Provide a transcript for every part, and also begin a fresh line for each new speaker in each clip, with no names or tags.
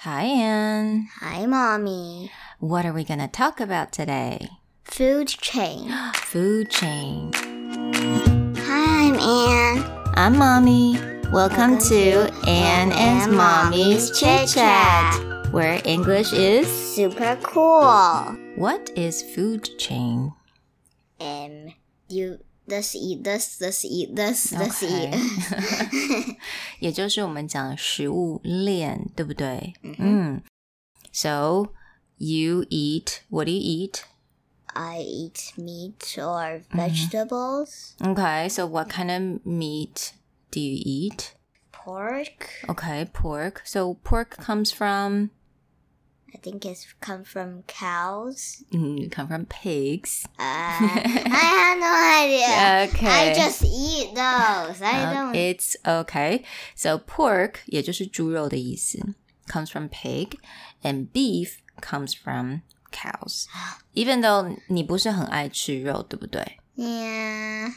Hi, Anne.
Hi, Mommy.
What are we going to talk about today?
Food chain.
Food chain.
Hi, I'm Anne.
I'm Mommy. Welcome,
Welcome
to
to
Anne and
Anne and
Mommy's
Mommy's
Chit
Chit
Chat, where English is
Super cool.
What is food chain?
Um, you let's eat this, let's eat this, let's
Okay.
eat.
也就是我们讲的食物链，对不对？
嗯哼
嗯。So you eat. What do you eat?
I eat meat or vegetables,
Okay. So what kind of meat do you eat? Mm-hmm.
pork.
Okay, pork. So pork comes from
I think it's come from cows.
mm, come from pigs.
Uh, I have no idea.
Okay.
I just eat those. I
Um,
don't.
it's okay. So pork 也就是猪肉的意思 comes from pig, and beef comes from cows. Even though 你不是很爱吃肉，对不对？嗯，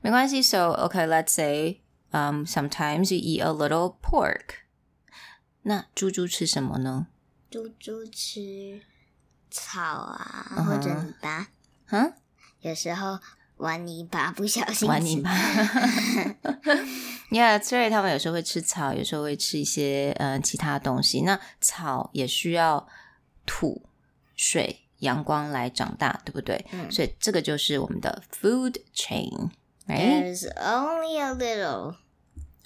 没关系。So
yeah. 对呀、
okay, let's say um sometimes you eat a little pork. 那猪猪吃什么呢？
猪猪吃草啊
嗯
或者
哼
泥巴，
嗯，
有时候玩泥巴不小心
玩
吃
泥巴。yeah，所以他们有时候会吃草，有时候会吃一些呃其他东西。那草也需要土、水、阳光来长大，对不对？
嗯
所以这个就是我们的 food chain。Right?
There's only a little,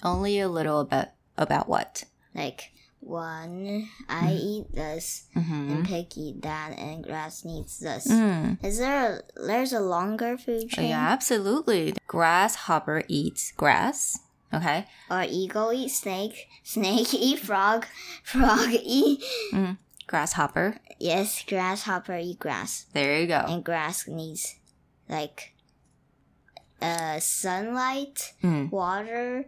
Only a little about about what？
like one. I
Mm.
eat this,
嗯哼，
and pig eat that, and grass needs this.
嗯。
Is there? A, there's a longer food chain,
Mm. Oh, Yeah, absolutely. Grasshopper eats grass. Okay.
or eagle eat snake, snake eat frog, frog eat
嗯，grasshopper.
yes, grasshopper eat grass,
There you go.
and grass needs like uh sunlight.
嗯
water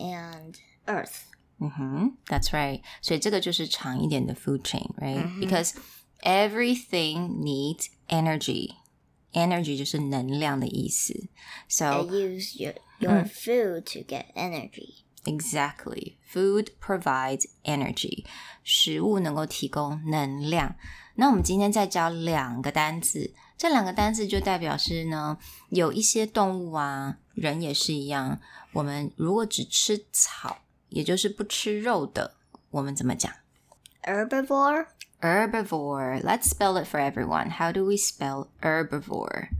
and earth.
嗯哼，That's right. 所以这个就是长一点的 food chain, right?
嗯哼
Because everything needs energy. Energy 就是能量的意思。So
I use your, your food to get energy.
exactly, food provides energy. 食物能够提供能量。那我们今天再教两个单字，这两个单字就代表是呢，有一些动物啊，人也是一样。我们如果只吃草，也就是不吃肉的，我们怎么讲？
Herbivore,
Herbivore. Let's spell it for everyone. How do we spell herbivore?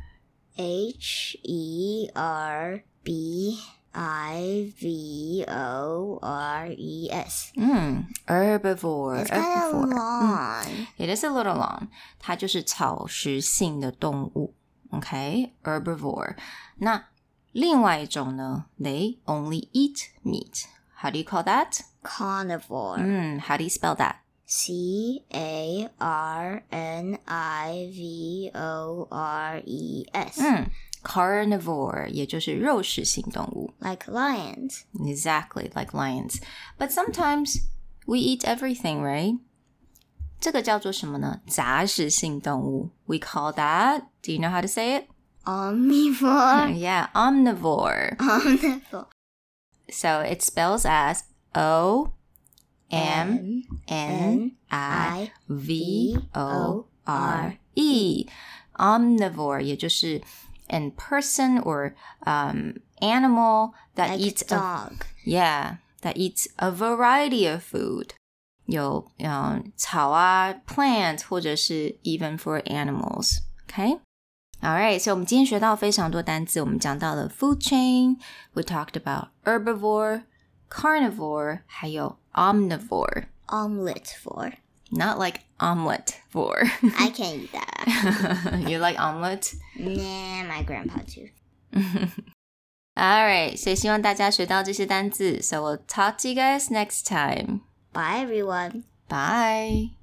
H E R B I V O R E S.
Mm, herbivore.
It's kind of
herbivore. Hmm. Mm,
long.
It is a little long. 它就是草食性的动物。Okay, herbivore. 那另外一种呢？They only eat meat. How do you call that?
Carnivore.
嗯、h o w do you spell that?
C A R N I V O R E S.
嗯、c a r n i v o r e 也就是肉食性动物。
Like lions.
Exactly, like lions. But sometimes we eat everything, right? 这个叫做什么呢？杂食性动物。We call that. Do you know how to say it?
Omnivore.
Yeah, omnivore.
Omnivore.
So it spells as O M N I
I
V O R E. Omnivore 也就是 an person or um, animal that
like
eats a
dog.
Yeah, that eats a variety of food. 有嗯草啊，plant 或者是 even for animals。OK。All right, so 我们今天学到非常多单词，我们讲到了 food chain, we talked about herbivore, carnivore，还有 omnivore,
omelet for.
not like omelet for.
I can't eat that.
you like omelet?
nah, my grandpa too.
All right, 所以希望大家学到这些单词。So we'll talk to you guys next time.
Bye, everyone.
Bye.